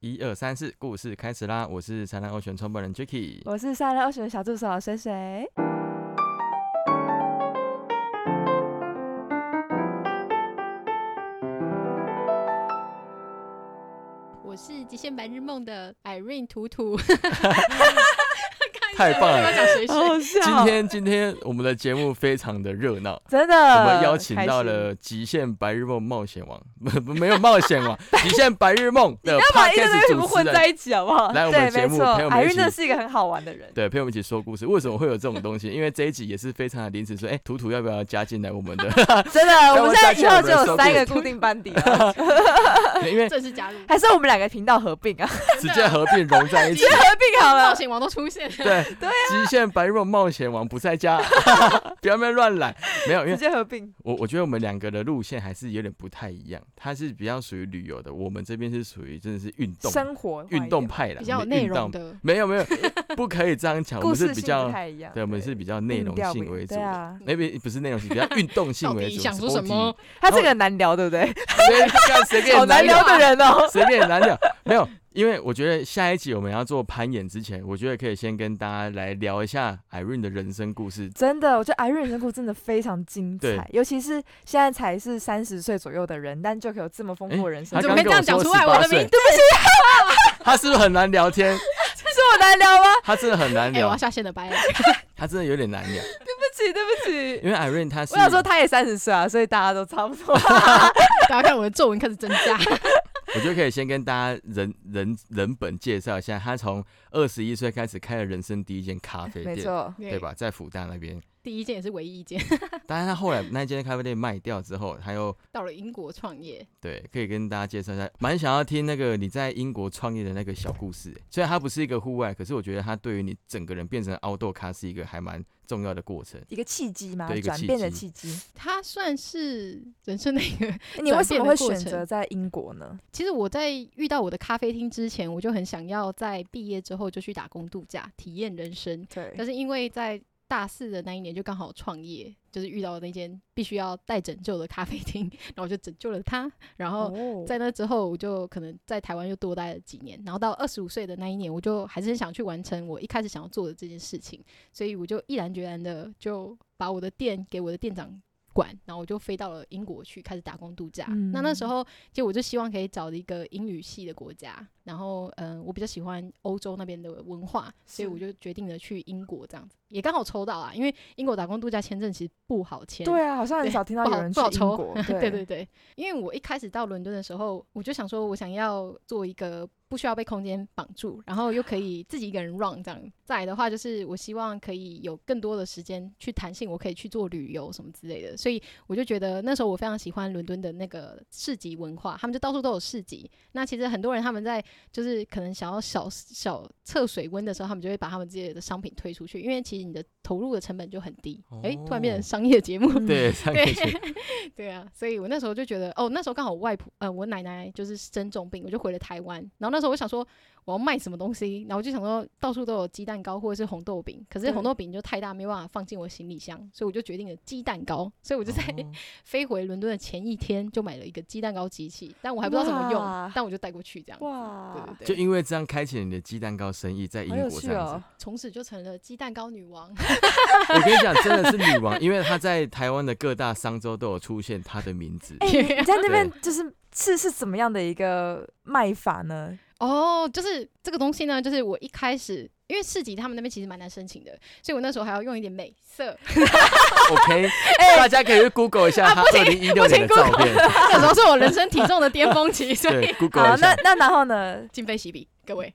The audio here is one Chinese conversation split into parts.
一二三四，故事开始啦！我是灿烂欧选创办人 Jacky。我是三乐二选的小助手水水。我是极限白日梦的 Irene 图图， 太棒了要讲水水，笑今天今天我们的节目非常的热闹，真的，我们邀请到开了《心。极限白日梦冒险王》不不没有冒险王，《极限白日梦》的要把一个东呃 podcast 西全部主持混人在。一起好不好？来我们对，节没目错陪我，们海一运起真的是一个很好玩的人。 对，陪我们一起说故事。为什么会有这种东西？因为这一集也是非常的临时，说，哎、图图要不要加进来我们的？ 真的，我我们现在下次我们以后只的有收三个听固定班底了， 因为正式加入，还是我们两个频道合并 啊？直接合并融在一起直接。合并好冒了。险王都出现了，对，啊极限白日梦冒险王不在家， 不要那边乱来。没有，因直为接合并，我我觉得我们两个的路线还是有点不太一样，他是比较属于旅游的，我们这边是属于真的是运动生活化一点运动派啦，比较有运内容动。的。没有没有，不可以这样讲，我故们是事比性较不。太一样。对，我们是比较内定容调性不一为主对的，啊，那边不是内容性，比较运动性到为底主。想说什 sporty 么？？他这个难聊，对不对？随便随便好难聊的人哦。随便难聊，没有，因为我觉得下一集我们要做攀岩之前，我觉得可以先跟大家来聊一下 Irene 的人生故事。真的，我觉得 Irene 人生故事真的非常精对彩，尤其是现在才是三十岁左右的人，但就可以有这么丰富的人生。他怎这么刚可以跟我这样讲说出来我的18岁名字？他是不是很难聊天？是我难聊吗？他真的哦很难哎，我聊要，下线了，拜。他真的有点难聊，对不起，对不起。因为 Irene 他是我想说，他也三十岁啊，所以大家都差不多。大家看我的皱纹开始增加，我觉得可以先跟大家人人人本介绍一下，他从二十一岁开始开了人生第一间咖 啡没店，错，对？吧？在福大那边，第一件也是唯一一件，当然他后来那间咖啡店卖掉之后，他又到了英国创业，对，可以跟大家介绍一下，蛮想要听那个你在英国创业的那个小故事。虽然它不是一个户外，可是我觉得它对于你整个人变成凹豆咖是一个还蛮重要的过程。一个契机嘛对一，个转契变的机契机。他算是人生的一个诶你为什么会选转变的过择程在英国呢？其实我在遇到我的咖啡厅之前，我就很想要在毕业之后就去打工度假，体验人生。对但是因为在大四的那一年就刚好创业，就是遇到那间必须要待拯救的咖啡厅，然后我就拯救了它。然后哦在那之后，我就可能在台湾又多待了几年。然后到二十五岁的那一年，我就还是很想去完成我一开始想要做的这件事情，所以我就毅然决然的就把我的店给我的店长。管，然后我就飞到了英国去开始打工度假。嗯那那时候，其实我就希望可以找一个英语系的国家，然后嗯、呃我比较喜欢欧洲那边的文化，所以是我就决定了去英国这样子，也刚好抽到啊，因为英国打工度假签证其实不好签，对啊，好像很对少听到不有好人去不好英抽国。 对对对，因为我一开始到伦敦的时候，我就想说，我想要做一个不需要被空间绑住，然后又可以自己一个人 run 这样。再来的话，就是我希望可以有更多的时间去弹性，我可以去做旅游什么之类的。所以我就觉得那时候我非常喜欢伦敦的那个市集文化，他们就到处都有市集。那其实很多人他们在就是可能想要小小测水温的时候，他们就会把他们自己的商品推出去，因为其实你的投入的成本就很低。诶，突然变哦成商业节目，嗯对，上个学对 啊，所以我那时候就觉得，哦，那时候刚好我外婆，呃，我奶奶就是生重病，我就回了台湾。然后那时候我想说，我要卖什么东西，然后我就想说，到处都有鸡蛋糕或者是红豆饼，可是对红豆饼就太大，没有办法放进我行李箱，所以我就决定了鸡蛋糕。所以我就在哦 飞回伦敦的前一天就买了一个鸡蛋糕机器，但我还不知道怎么哇用，但我就带过去这样子。对哇，对就对，因为这样开启了你的鸡蛋糕生意，在英好有国趣这样子哦。。从此就成了鸡蛋糕女王。 我跟你讲，真的是女王，因为她在台湾的各大商周都有出现她的名字。哎，你在那边 对就是是是怎么样的一个卖法呢？哦，就是这个东西呢，就是我一开始。因为市集他们那边其实蛮难申请的，所以我那时候还要用一点美色， OK，大家可以去 Google 一下她二零一六年的照片，那时候是我人生体重的巅峰期， 所以对，Google 好，一那下。那然后呢？今非昔比，各位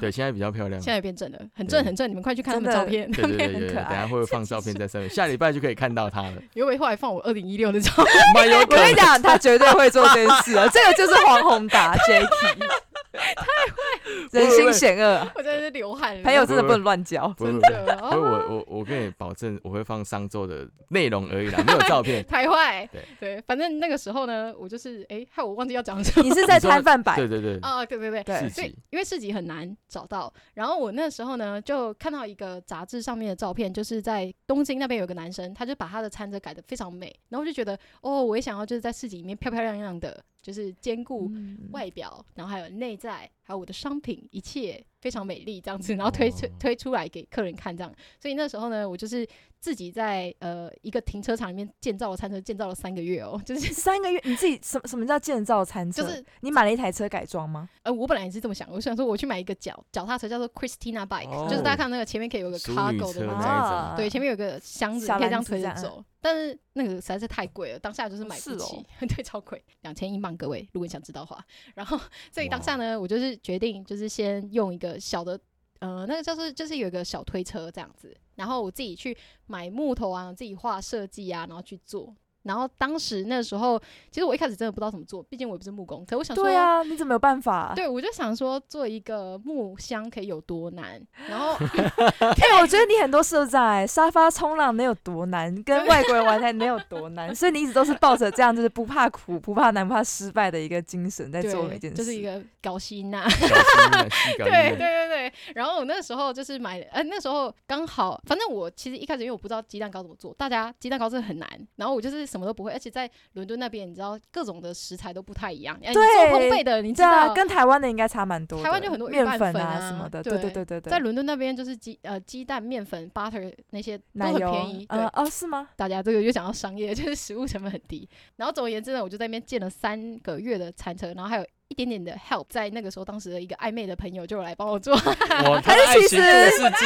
对，现在比较漂亮现。在也变正了，很正嗯对很正，你们快去看他们真的照片。 对对对对，很对可等下爱会放照片在上面，下礼拜就可以看到她了。因为后来放我二零一六的照片，蛮有 我可跟能你。讲，他绝对会做这件事啊！这个就是黄宏达 Jacky，太会，人心险恶啊，我真的是流汗了。朋友真的不能乱交。不是不真是，的所以哦，。我我我跟你保证，我会放上周的内容而已啦，没有照片 太坏对。对，反正那个时候呢，我就是哎，害我忘记要讲什么你是在摊贩摆对对对， 啊，对对对。对市所以集，因为市集很难找到，然后我那时候呢就看到一个杂志上面的照片，就是在东京那边有个男生，他就把他的餐车改得非常美，然后我就觉得哦，我也想要就是在市集里面漂漂亮亮的，就是兼顾嗯外表，然后还有内在，还有我的商品，一切非常美丽这样子，然后推出哦推出来给客人看这样。所以那时候呢，我就是自己在呃一个停车场里面建造了餐车，建造了三个月哦，就是三个月，你自己什什么叫建造餐车？就是你买了一台车改装吗？呃，我本来也是这么想，我想说我去买一个脚脚踏车，叫做 Christina Bike，、就是哦大家看那个前面可以有个淑女 cargo 车的那那一种种，啊对，前面有个箱子小可以这篮样子推这着样走，但是那个实在是太贵了，当下就是买是不哦起， 对，超贵，两千英镑，各位，如果你想知道的话。然后，所以当下呢，我就是决定就是先用一个小的，呃，那个就是就是有一个小推车这样子，然后我自己去买木头啊，自己画设计啊，然后去做。然后当时那时候，其实我一开始真的不知道怎么做，毕竟我也不是木工。可我想说，对啊，你怎么有办法、啊？对，我就想说做一个木箱可以有多难，然后 哎、我觉得你很多事都这样、哎，沙发冲浪能有多难，跟外国人玩才能有多难，所以你一直都是抱着这样就是不怕苦、不怕难、不怕失败的一个精神在做每对，件事，就是一个搞吸纳，小心啊， 细搞对对一点对对。然后我那时候就是买，呃，那时候刚好，反正我其实一开始因为我不知道鸡蛋糕怎么做，大家鸡蛋糕真的很难。然后我就是什么都不会，而且在伦敦那边，你知道各种的食材都不太一样。哎，你做对烘焙的，你知对啊，道。跟台湾的应该差蛮多的。台湾就很多面预拌粉粉啊啊什么的，对对对对对，在伦敦那边就是鸡呃鸡蛋、面粉、butter 那些都奶很油便宜，对嗯，哦是吗？大家这个又想要商业， 就是食物成本很低。然后总而言之呢，我就在那边建了三个月的餐车，然后还有一点点的 help，在那个时候当时的一个暧昧的朋友就有来帮我做。 哇，他但是爱情其故实事应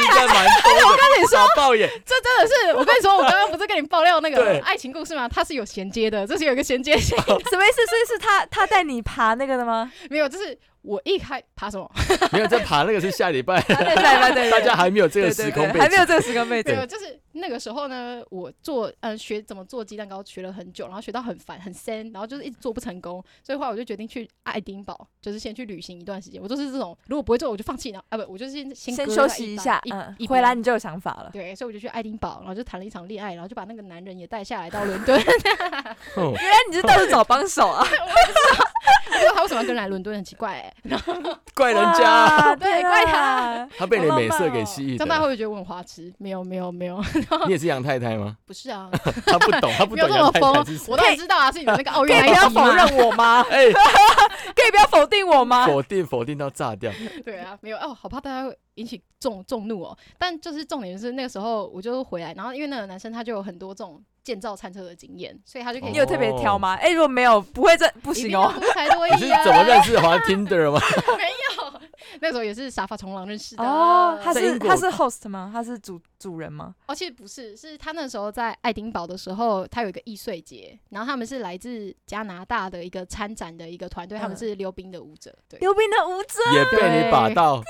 该蛮多的。我跟你说，爆眼，这真的是，我跟你说，我刚刚不是跟你爆料那对个爱情故事吗？它是有衔接的，这是有一个衔接性， 什么意思？所以是他 他带你爬那个的吗？没有，就是我一开爬什么，没有在爬那个是下礼 拜，他带来吧，对对对大家还没有这个对对时哎对空背还没景有。这个时空背没景有，，就是那个时候呢，我做呃学怎么做鸡蛋糕学了很久，然后学到很烦很深，然后就是一直做不成功，所以后来我就决定去爱丁堡，就是先去旅行一段时间。我就是这种，如果不会做我就放弃，然后啊不，我就是先先先搁休在息一边下，一嗯一，回边来你就有想法了。对，所以我就去爱丁堡，然后就谈了一场恋爱，然后就把那个男人也带下来到伦敦。 哦原来你是到处找帮手 啊！我说他为什么要跟来伦敦，很奇怪、欸。然后怪人家，哇对天啊怪他他被你的美色给吸引张大了。会不会觉得我很花痴？没有没有没有， 你也是杨太太吗？不是啊，他不 懂，他不没有懂这么杨太疯太是谁。。我当然知道啊，是你们那个奥可运以来不要否认我吗？哎， 可以不要否定我吗？否定否定到炸掉。哎 对啊，没有哦，好怕大家会引起众众怒哦。但就是重点是那个时候我就回来，然后因为那个男生他就有很多这种建造餐车的经验，所以他就可以哦你有特别挑吗？哎，如果没有，不会这不不行哦。才多你是艺啊，怎么认识华 Tinder 吗？没有，那时候也是沙发冲浪认识的啊哦，他在是英国他是 host 吗？他是主主人吗？哦，其实不是，是他那时候在爱丁堡的时候，他有一个易碎节，然后他们是来自加拿大的一个参展的一个团队，他们嗯是溜冰的舞者。对，溜冰的舞者，也被你把 到，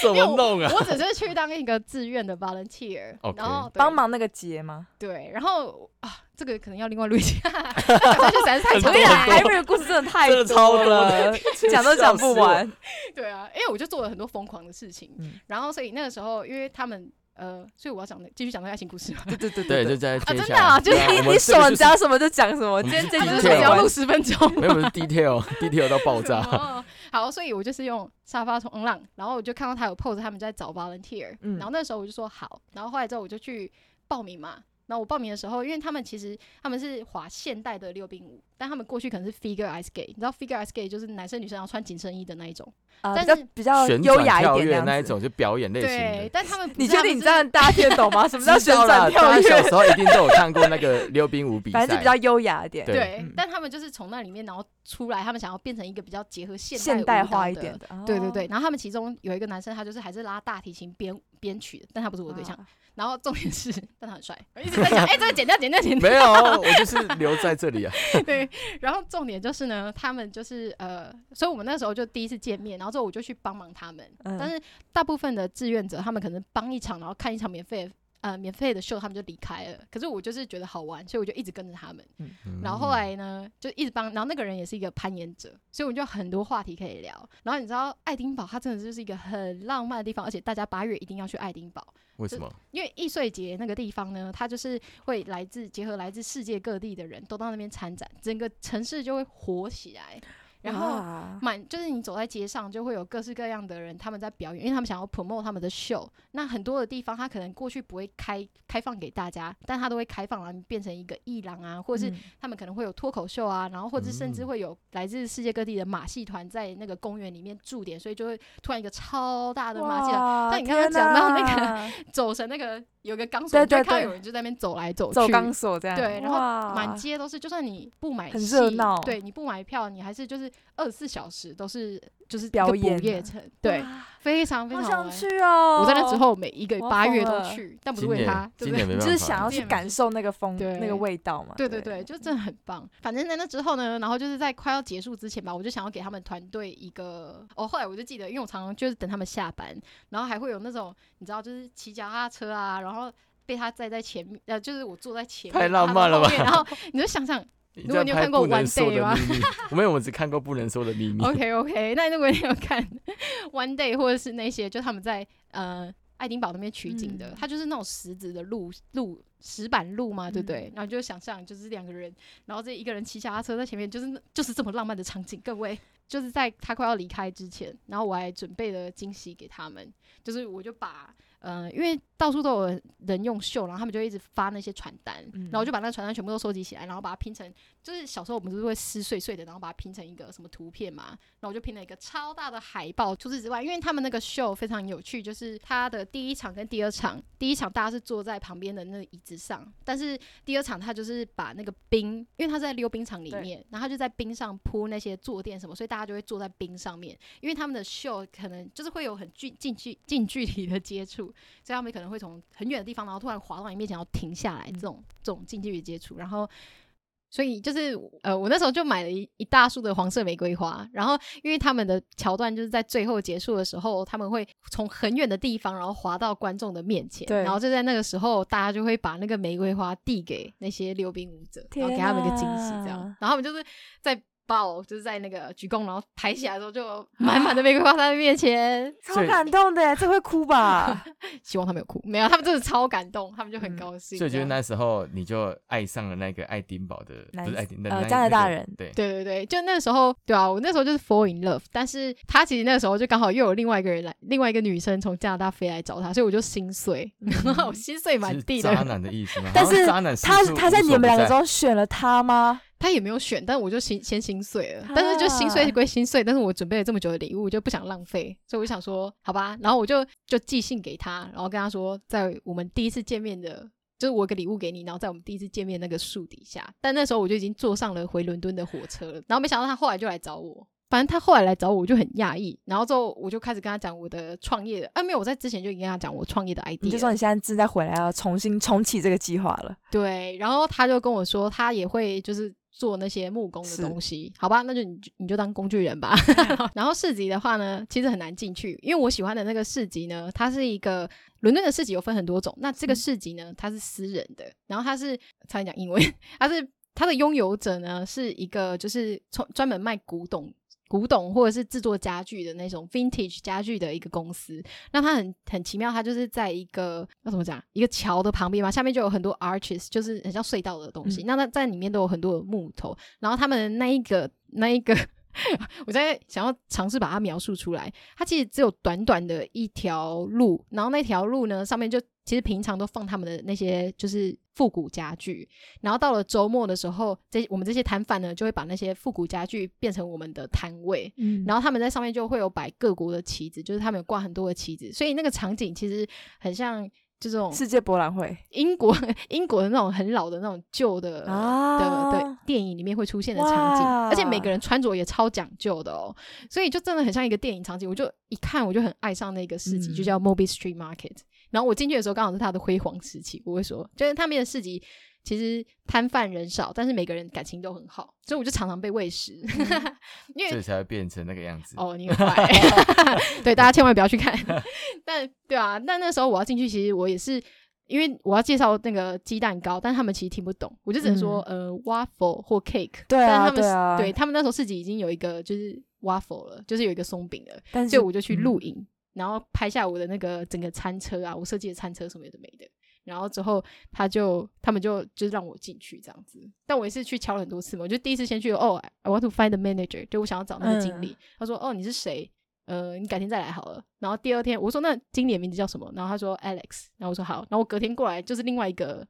怎么弄啊？我只是去当一个自愿的 volunteer， OK 然后对帮忙那个节吗？对，然后啊，这个可能要另外录一 下，这就实在是太很我多长跟你了。讲，艾瑞的故事真的太真的超多了， 讲都讲不完。对啊，因为我就做了很多疯狂的事情，嗯然后所以那个时候，因为他们呃，所以我要讲那继续讲那个爱情故事嘛。对对对对，就在啊天真的啊下。就是对啊你我们你这个手就是讲什么就讲什么，今天这他集就们就是说就只要完录十分钟， 没有不是 detail detail 到爆炸。 哦，好，所以我就是用沙发冲浪，然后我就看到他有 pose，他们在找 volunteer，、嗯然后那时候我就说好，然后后来之后我就去报名嘛。然后我报名的时候，因为他们其实他们是滑现代的溜冰舞，但他们过去可能是 figure ice skate，你知道 figure ice skate 就是男生女生要穿紧身衣的那一种，呃比但较是比较旋哦优转雅跳一跃点那一样子。种，就表演类型对的。，但他们 不你是确他们定你是这样大家听得 懂吗？什么叫旋知道啦转跳大家小跃？时候一定都有看过那个溜冰舞比反赛，正就比较优雅一点。对对，嗯但他们就是从那里面然后出来，他们想要变成一个比较结合现代现舞代蹈化一的点的。哦对对对，，然后他们其中有一个男生，他就是还是拉大提琴编编曲的，但他不是我对象。啊然后重点是，但他很帅，我一直在讲，哎、这个剪掉，剪掉，剪掉。没有，我就是留在这里啊。对， 然后重点就是呢，他们就是呃，所以我们那时候就第一次见面，然后之后我就去帮忙他们。嗯但是大部分的志愿者，他们可能帮一场，然后看一场免费的呃免费的秀，他们就离开了。可是我就是觉得好玩，所以我就一直跟着他们。嗯然后后来呢，就一直帮，然后那个人也是一个攀岩者，所以我们就有很多话题可以聊。然后你知道爱丁堡，它真的就是一个很浪漫的地方，而且大家八月一定要去爱丁堡，为什么？因为易碎节那个地方呢，它就是会来自结合来自世界各地的人都到那边参展，整个城市就会火起来。然后哇满就是你走在街上，就会有各式各样的人，他们在表演，因为他们想要 promote 他们的秀。那很多的地方，他可能过去不会开开放给大家，但他都会开放，然后变成一个艺廊啊，或者是嗯他们可能会有脱口秀啊，然后或者甚至嗯会有来自世界各地的马戏团在那个公园里面驻点，所以就会突然一个超大的马戏团，哇但你刚刚天讲到那哪 走神那个有个钢对索，你就对会看对到有人就在那边走来走去，走钢索这样，对然后后满街都是，就算你不买很戏热闹对你不买票，你还是就是二十四小时都是就是一个表演不夜啊城，对，非常非好常想好玩。去哦！我在那之，后每一个我要八疯月都了去，但不是今为了年他，对今不年对？没办法，就是想要今去年没感事受那个风、对那个味道嘛。对对对，嗯就真的很棒。反正在那之后呢，然后就是在快要结束之前吧，我就想要给他们团队一个哦。后来我就记得，因为我常常就是等他们下班，然后还会有那种你知道，就是骑脚踏车啊，然后被他载在前面，呃，就是我坐在前面，太浪漫了吧他在后面然后你就想想你如果在你有拍看过不能 One 说 Day 的吗秘密，我没有，我只看过不能说的秘密。 OK OK，那 如果你有看 One Day 或者是那些，就他们在呃爱丁堡那边取景的，嗯它就是那种石子的路路石板路嘛，对不对？嗯然后就想象就是两个人，然后这一个人骑脚踏车在前面，就是那就是这么浪漫的场景，各位。就是在他快要离开之前，然后我还准备了惊喜给他们，就是我就把呃，因为到处都有人用秀，然后他们就一直发那些传单，嗯然后我就把那传单全部都收集起来，然后把它拼成，就是小时候我们不是会撕碎碎的，然后把它拼成一个什么图片嘛，然后我就拼了一个超大的海报。除此之外，因为他们那个秀非常有趣，就是它的第一场跟第二场，第一场大家是坐在旁边的那个椅子上，但是第二场他就是把那个冰，因为他是在溜冰场里对面，然后他就在冰上铺那些坐垫什么，所以大家就会坐在冰上面。因为他们的秀可能就是会有很距近距近距离的接触，所以他们可能会从很远的地方，然后突然滑到你面前，然后停下嗯来，这种这种近距离接触，然后。所以就是呃，我那时候就买了一一大束的黄色玫瑰花，然后因为他们的桥段就是在最后结束的时候，他们会从很远的地方，然后滑到观众的面前，对然后就在那个时候，大家就会把那个玫瑰花递给那些溜冰舞者，然后给他们一个惊喜，这样天啊，然后他们就是在抱，就是在那个鞠躬，然后抬起来的时候就满满的玫瑰花在他们面前，超所以感动的耶，这会哭 吧？希望他们有哭，没有，他们真的超感动，他们就很嗯高兴这所以样。就是那时候你就爱上了那个爱丁堡的，男不是爱丁，那呃那加拿大那个人对，对对对，就那时候，对啊，我那时候就是 fall in love，但是他其实那时候就刚好又有另外一个人来，另外一个女生从加拿大飞来找他，所以我就心碎，然 后我心碎满嗯是地渣的。男的意思吗？但好像是渣男 他四处他在无所你们不两个在中选了他吗？他也没有选，但我就心先心碎了。但是就心碎啊归心碎，但是我准备了这么久的礼物，就不想浪费，所以我就想说，好吧，然后我就就寄信给他，然后跟他说，在我们第一次见面的。就是我有个礼物给你，然后在我们第一次见面那个树底下，但那时候我就已经坐上了回伦敦的火车了。然后没想到他后来就来找我，反正他后来来找我，我就很讶异。然后之后我就开始跟他讲我的创业的，啊没有，我在之前就已经跟他讲我创业的 idea 了。你就说你现在正在回来，要重新重启这个计划了。对，然后他就跟我说，他也会就是做那些木工的是嗯东西，好吧，那就你就你就当工具人吧。 然后市集的话呢，其实很难进去，因为我喜欢的那个市集呢，它是一个伦敦的市集有分很多种，那这个嗯市集呢，它是私人的，然后它是差点讲英文，它是它的拥有者呢是一个就是从专门卖古董。古董或者是制作家具的那种 vintage 家具的一个公司，那它很很奇妙，它就是在一个要怎么讲，一个桥的旁边嘛，下面就有很多 arches，就是很像隧道的东西。嗯那它在里面都有很多的木头，然后他们那一个 那一个，我在想要尝试把它描述出来。它其实只有短短的一条路，然后那条路呢上面就其实平常都放他们的那些就是复古家具，然后到了周末的时候，这我们这些摊贩呢就会把那些复古家具变成我们的摊位，嗯然后他们在上面就会有摆各国的旗子，就是他们有挂很多的旗子，所以那个场景其实很像就这种世界博览会英国 英国的那种很老的那种旧的、啊的的电影里面会出现的场景，哇而且每个人穿着也超讲究的哦，所以就真的很像一个电影场景。我就一看我就很爱上那个市集，嗯就叫 Moby Street Market。然后我进去的时候刚好是它的辉煌时期，我会说，就是他们的市集其实摊贩人少，但是每个人感情都很好，所以我就常常被喂食，嗯因为所以才会变成那个样子。哦，你很坏。 对，大家千万不要去看。但对啊，但那时候我要进去，其实我也是因为我要介绍那个鸡蛋糕，但他们其实听不懂，我就只能说、呃 waffle 或 cake。嗯对啊但他们对啊对他们那时候市集已经有一个就是 waffle 了，就是有一个松饼了，但是嗯所以我就去录影，然后拍下我的那个整个餐车啊，我设计的餐车什么有的没的。然后之后他就他们就就让我进去这样子，但我也是去敲了很多次嘛，我就第一次先去哦，I want to find the manager，就我想要找那个经嗯理，他说哦你是谁？呃，你改天再来好了。然后第二天我说那经理的名字叫什么？然后他说 Alex，然后我说好，然后我隔天过来就是另外一个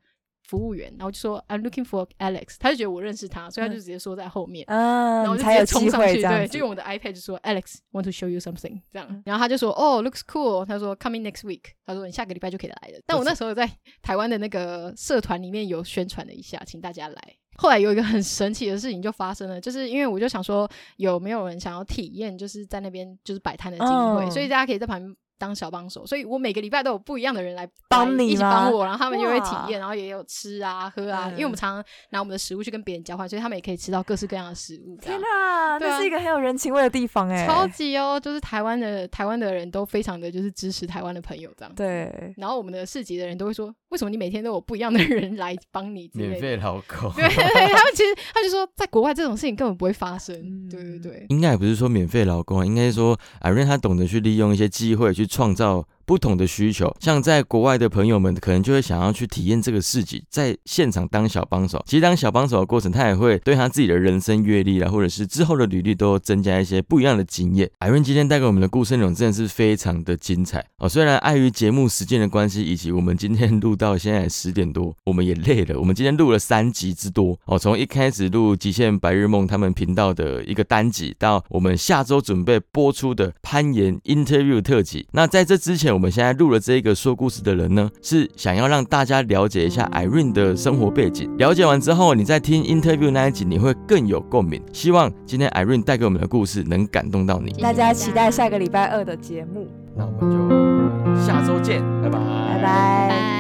服务员，然后就说 I'm looking for Alex，他就觉得我认识他，所以他就直接说在后面。嗯，然后我就直才有接冲机上会这去，样对，子嗯就用我的 iPad 就说 Alex want to show you something 这样，然后他就说哦 looks cool，他说 coming next week，他说你下个礼拜就可以来了。但我那时候在台湾的那个社团里面有宣传了一下，请大家来。后来有一个很神奇的事情就发生了，就是因为我就想说有没有人想要体验就是在那边就是摆摊的机会，嗯所以大家可以在旁边。当小帮手，所以我每个礼拜都有不一样的人来帮来你一起吗帮我，然后他们就会体哇验，然后也有吃啊、喝啊，嗯因为我们常常拿我们的食物去跟别人交换，所以他们也可以吃到各式各样的食物。这天样哪，对啊那是一个很有人情味的地方哎，超级哦，就是台湾的台湾的人都非常的就是支持台湾的朋友这样。。对，然后我们的市集的人都会说，为什么你每天都有不一样的人来帮你之类免的？费老狗。对，他们其实他就说，在国外这种事情根本不会发生。嗯对对对，应该也不是说免费劳工啊，应该是说阿瑞他懂得去利用一些机会去创造不同的需求。像在国外的朋友们，可能就会想要去体验这个市集，在现场当小帮手。其实当小帮手的过程，他也会对他自己的人生阅历啊，或者是之后的履历，都增加一些不一样的经验。阿瑞今天带给我们的故事内容真的是非常的精彩哦。虽然碍于节目时间的关系，以及我们今天录到现在十点多，我们也累了。我们今天录了三集之多哦，从一开始录《极限白日梦》他们频道的一个单集，到我们下周准备播出的攀岩 Interview 特辑。那在这之前，我们现在录了这个说故事的人呢，是想要让大家了解一下 Irene 的生活背景。了解完之后，你在听 Interview 那一集，你会更有共鸣。希望今天 Irene 带给我们的故事能感动到你。大家期待下个礼拜二的节目，那我们就下周见，拜拜，拜拜。拜。